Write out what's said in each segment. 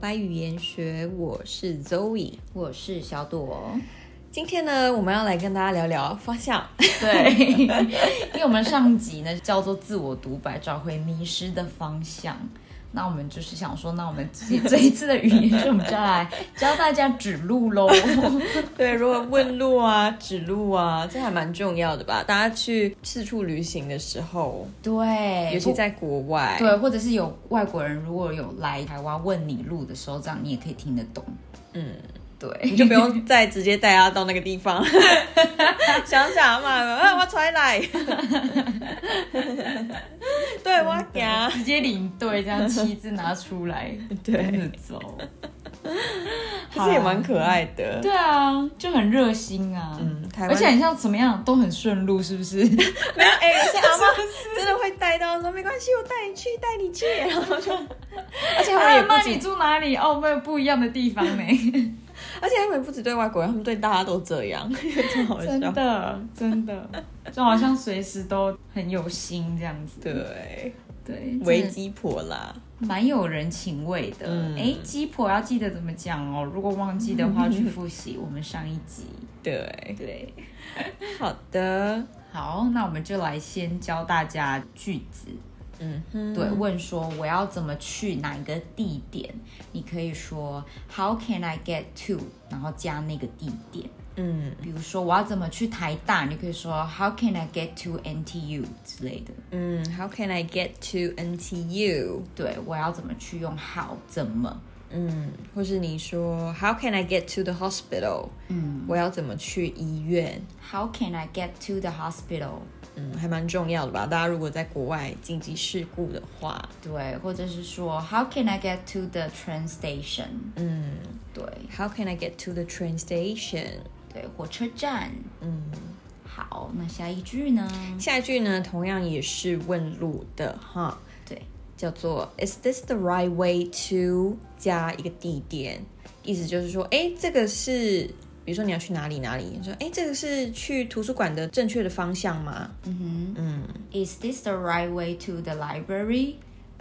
白语言学，我是 Zoe。我是小朵。今天呢，我们要来跟大家聊聊方向。对， 因为我们上集呢叫做自我独白，找回迷失的方向。那我们就是想说，那我们这这一次的语言是我们就要来教大家指路 喽。对，如果问路啊、指路啊，这还蛮重要的吧？大家去四处旅行的时候，对，尤其在国外，哎对，或者是有外国人如果有来台湾问你路的时候，这样你也可以听得懂。嗯，对，你就不用再直接带他到那个地 方。想想嘛，啊，我出来，对我行。直接领队这 样旗子拿出来，跟着走。其实也蛮可爱的。啊对啊，就很热心啊。嗯，台而湾且你像怎么样都很顺路，是不是？没有哎，有些阿 妈真的会带到说没关系，我带你去，带你去，然后就，而且他们也哎不妈，你止，住哪里？哦，没有不一样的地方 呢。而且他们也不止对外国人，他们对大家都这样， 真好真笑。的，真的，就好像随时都很有心这样子。对，对，维基婆啦，蛮有人情味的。嗯哎、鸡婆要记得怎么讲哦，如果忘记的话去复习我们上一集。 对，对，好的，好，那我们就来先教大家句子。嗯哼，对，问说我要怎么去哪一个地点，你可以说 How can I get to，然后加那个地点。嗯比如说我要怎么去台大，你可以说 How can I get to NTU 之类的。嗯，How can I get to NTU？对，我要怎么去用 how 怎么？嗯，或是你说 How can I get to the hospital？嗯我要怎么去医院？ ，How can I get to the hospital？嗯，还蛮重要的吧？大家如果在国外紧急事故的话，对，或者是说 How can I get to the train station？嗯对，How can I get to the train station？对，火车站。嗯，好，那下一句呢？下一句呢，同样也是问路的哈，对，叫做 Is this the right way to 加一个地点，意思就是说，哎，这个是，比如说你要去哪里哪里，你说，哎，这个是去图书馆的正确的方向吗？嗯嗯，哼，Is this the right way to the library？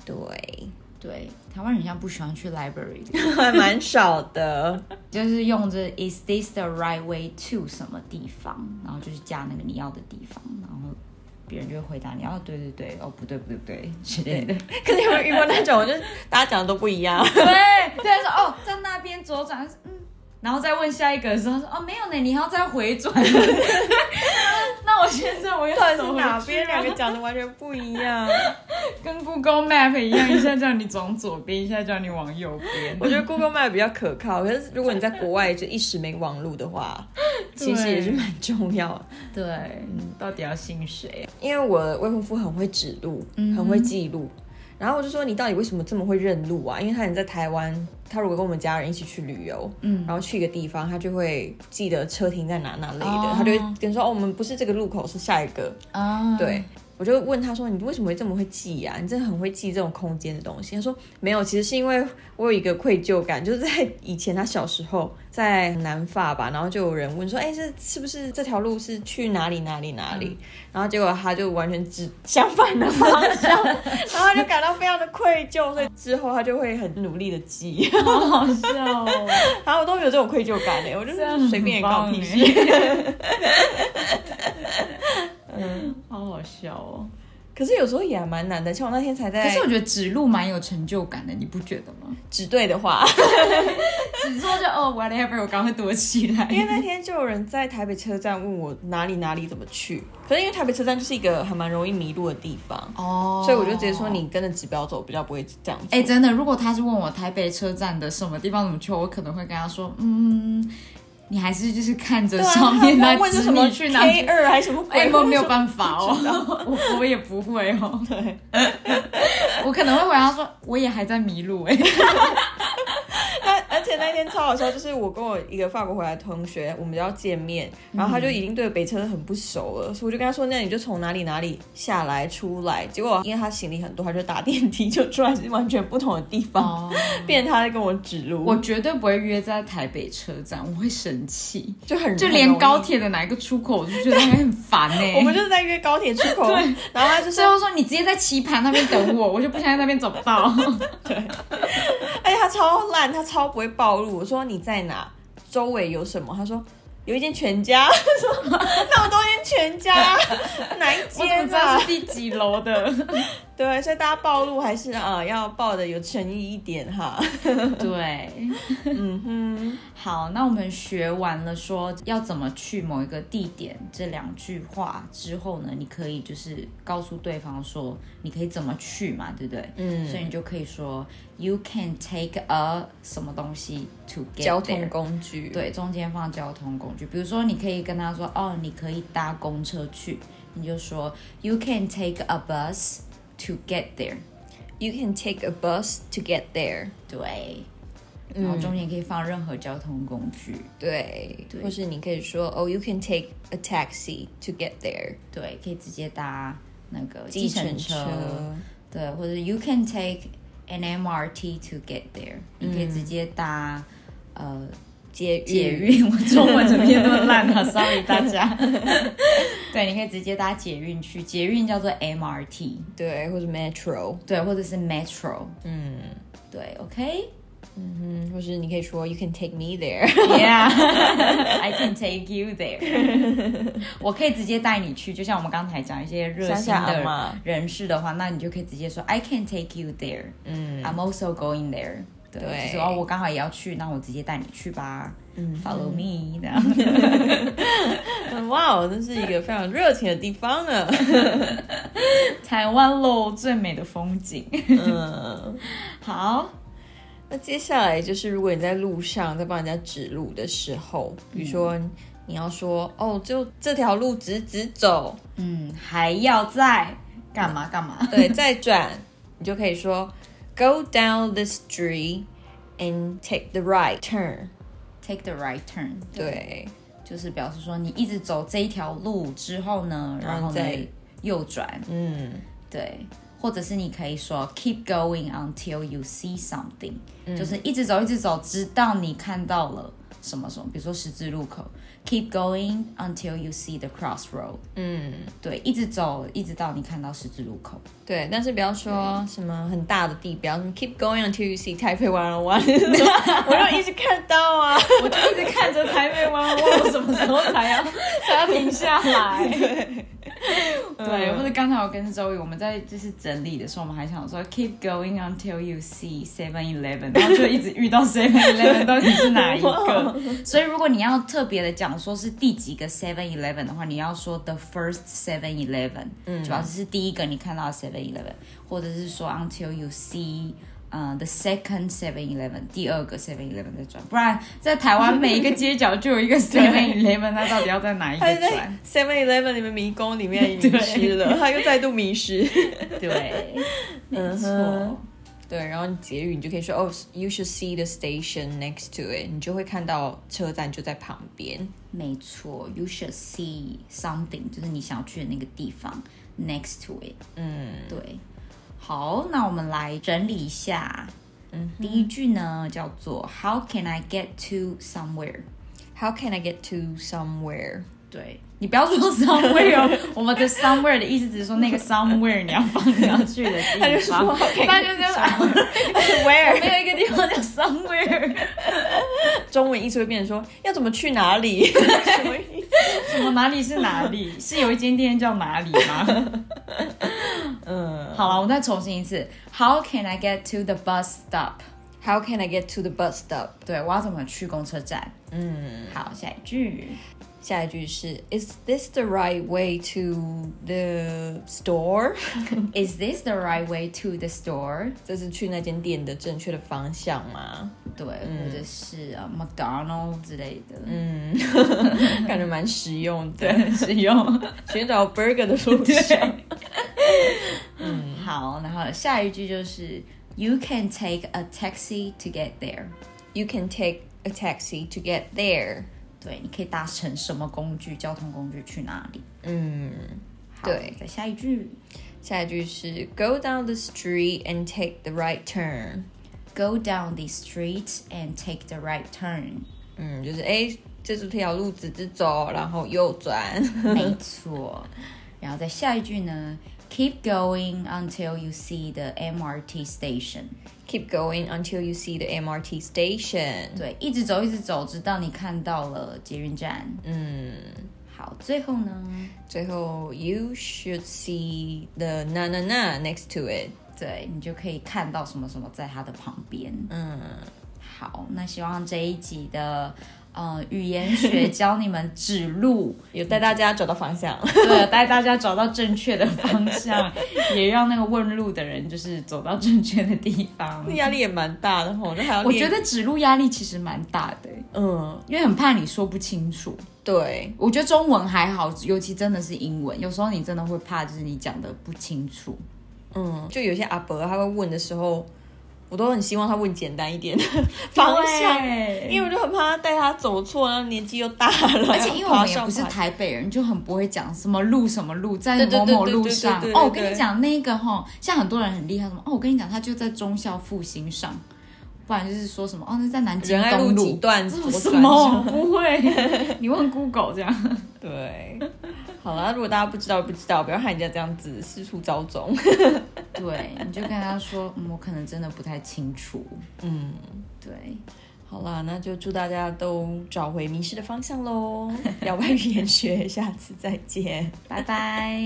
对， 对，台湾人好像不喜欢去 library，还蛮少的。 就是用这 Is this the right way to 什么地方，然后就是加那个你要的地方，然后别人就会回答你，哦，对对对，哦，不对不对不对之类的。可是有没有遇过那种，就是大家讲的都不一样？ 对，对，说哦，在那边左转，嗯，然后再问下一个的时候说哦，没有呢，你还要再回 转。那我现在我要到底走是回哪去啊边 两个讲的完全不一样？跟 Google Map 一样，一下叫你往左边，一下叫你往右边。我觉得 Google Map 比较可靠，可是如果你在国外就一时没网路的话，其实也是蛮重要的。对， 到底要信 谁？因为我未婚夫很会指路，嗯很会记录，然后我就说你到底为什么这么会认路啊？因为他人在台湾，他如果跟我们家人一起去旅游，嗯然后去一个地方，他就会记得车停在哪哪类的，哦他就会跟说哦，我们不是这个路口，是下一个。啊，对，，我就问他说：“你为什么会这么会记啊？你真的很会记这种空间的东西。”他说：“没有，其实是因为我有一个愧疚感，就是在以前他小时候在南法吧，然后就有人问说：‘哎、这是不是这条路是去哪里哪里哪嗯里？’然后结果他就完全指相反的方向，然后他就感到非常的愧疚，所以之后他就会很努力的记。 好好笑哦，然后我都没有这种愧疚感呢、欸我就这样很是随便也搞嗯棒屁事。 欸嗯，好好笑哦。可是有时候也还蛮难的，像我那天才可在是我觉得指路蛮有成就感的，你不觉得吗？指对的话。”指错就哦，whatever，我赶快躲起来。 因为那天就有人在台北车站问我哪里哪里怎么去，可是因为台北车站就是一个还蛮容易迷路的地方， 哦，所以我就直接说。你跟着指标走，比较不会这样子。哎、真的，如果他是问我台北车站的什么地方怎么去，我可能会跟他说，嗯，你还是就是看着对啊，上 面他那们问是指什么你去哪里 K 二还是什么鬼？哎、我没有法。办法哦，我我也不会哦。对， 我可能会回答说，我也还在迷路哎、而且 那天超好笑，就是我跟我一个法国回来的同学，我们要见面，然后他就已经对北车很不熟了，所以我就跟他说，那你就从哪里哪里下来出来。结果因为他行李很多，他就打电梯就出来，是完全不同的地方，哦， 变成他在跟我指路，我绝对不会约在台北车站，我会生气。就很就很连容易高铁的哪一个出口，我就 觉得很烦哎、我们就是在约高铁出口，然后他就 最说，后说你直接在棋盘那边等我，我就不想在那边走不到。哎，他超烂，他超不会暴露。我说你在哪？周围有什么？他说有一间全家。 我说那么多间全 家，哪一我怎么间知道啊是？第几楼的？ 对，所以大家暴露还是啊、呃要报的有诚意一点哈。对，嗯哼，好，那我们学完了说要怎么去某一个地点这两句话之后呢，你可以就是告诉对方说你可以怎么去嘛，对不对？嗯所以你就可以说 you can take a 什么东西 to get 交通 there 工具，，对，中间放交通工具，比如说你可以跟他说哦，你可以搭公车去，你就说 you can take a bus to get there。 You can take a bus to get there 对，然后中间可以放任何交通工具。对。对或是你可以说，Oh, you can take a taxi to get there。对，可以直接搭那个计程计车，对，或者 you can take an MRT to get there，、你可以直接搭呃嗯捷运、捷运， 我中文怎么变那么烂啊？Sorry 大家， 对，你可以直接搭捷运去，捷运叫做 MRT，对，或是 metro，对，或者是 Metro，嗯对，OK。嗯，或是你可以说，You can take me there。 Yeah, I can take you there. 我可以直接带你去，就像我们刚才讲一些热心乡下阿的嬷人士的话，那你就可以直接说 I can take you there. 嗯 I'm also going there. 对，对就说哦，我刚好也要去，那我直接带你去吧。嗯 Follow me 这样。哇哦，这是一个非常热情的地方啊呢。台湾喽，最美的风 景。嗯，好，那接下来就是，如果你在路上在帮人家指路的时候，比如说你要说，哦，就这条路直直走，嗯，还要再干嘛干嘛？对，再转，你就可以说，Go down this street and take the right turn。 Take the right turn，，对，就是表示说你一直走这一条路之后呢，然后然后呢再右转，嗯对，或者是你可以说 keep going until you see something，、就是嗯一直走一直走，直到你看到了什么什么，比如说十字路口，keep going until you see the crossroad，嗯。对，一直走一直到你看到十字路口，对，但是不要说什么很大的地标，什么 keep going until you see Taipei One On One，我 就一直看到啊。我就一直看着台北湾，问我什么时候才要才要停下来。 对，或者刚才我跟周宇我们在就是整理的时候，我们还想说 keep going until you see Seven Eleven，然后就一直遇到 Seven Eleven 到底是哪一个？ 所以如果你要特别的讲说是第几个 Seven Eleven 的话，你要说 the first Seven Eleven，嗯，主要是第一个你看到 Seven Eleven，或者是说 until you see。嗯、t h e second Seven Eleven，第二个 Seven Eleven 再转，不然在台湾每一个街角就有 一个 Seven Eleven，那到底要在哪一个他就在转？ Seven Eleven 里面迷宫里面迷失了，他又再度迷失。对，没嗯错。哼 对，然后你结语你就可以说哦、y o u should see the station next to it，你就会看到车站就在旁边。没错，you should see something，就是你想去的那个地方，next to it。嗯，对。好，那我们来整理一下。嗯，第一句呢叫做 How can I get to somewhere？ How can I get to somewhere？对你不要说 somewhere，哦， 我们的 somewhere 的意思只是说那个 somewhere 你要放你要去的地方。他就说 How can 他 I 就 get 是 to 啊 where？没有一个地方叫 somewhere，中文意思会变成说要怎么去哪里？ 什么意思？什么哪里是哪 里？是有一间店叫哪里吗？嗯好了，我再重新一次。How can I get to the bus stop？ ，How can I get to the bus stop？对我要怎么去公车站？嗯，好，下一句。下一句是 Is this the right way to the store？ Is this the right way to the store？这是去那间店的正确的方向 吗？对，或者是呃 McDonald 之类的，嗯，感觉蛮实用的，使 用。寻找 burger 的路上。嗯， 好，然后下一句就是 You can take a taxi to get there。 You can take a taxi to get there。对，你可以搭乘什么工具、交通工具去哪里？嗯，好对再下一句下一句是 Go down the street and take the right turn。 ，Go down the street and take the right turn。嗯，就是哎，Mm, 这是条路直直走，然后右转。 没错。然后在下一句呢，Keep going until you see the MRT station。 keep going until you see the MRT station。对，一直走，一直走，直到你看到了捷运站。嗯，好，最后呢，Mm, 最后，you should see the na na na next to it。对你就可以看到什么什么在它的旁边。嗯，好，那希望这一集的呃语言学教你们指路，有带大家找到方向。对，带大家找到正确的方向， 也让那个问路的人就是走到正确的地 方。 压力也蛮大的吼，那还要我觉练得指路压力其实蛮大的，嗯，因为很怕你说不清楚。对，我觉得中文还好，尤其真的是英文，有时候你真的会怕，就是你讲的不清楚。嗯，就有些阿伯他会问的时候，我都很希望他问简单一点方向，对因为我就很怕他带他走错，然后年纪又大了，而且 因为我爬们也上不是爬台北人，就很不会讲什么路什么路，在对对某对某对路对上对对。对哦，我跟你讲那个哈，像很多人很厉害，什么哦，我跟你讲，他就在忠孝复兴上，不然就是说什么哦，那在南京仁爱路东几段这左种转什 么？不会，你问 Google 这样。对，好啦，如果大家不知道不知道，不要害人家这样子四处招踪。 对，你就跟他说，嗯，我可能真的不太清楚。嗯，对， 好啦，那就祝大家都找回迷 失的方向喽！聊外语言学，下次再见。拜拜。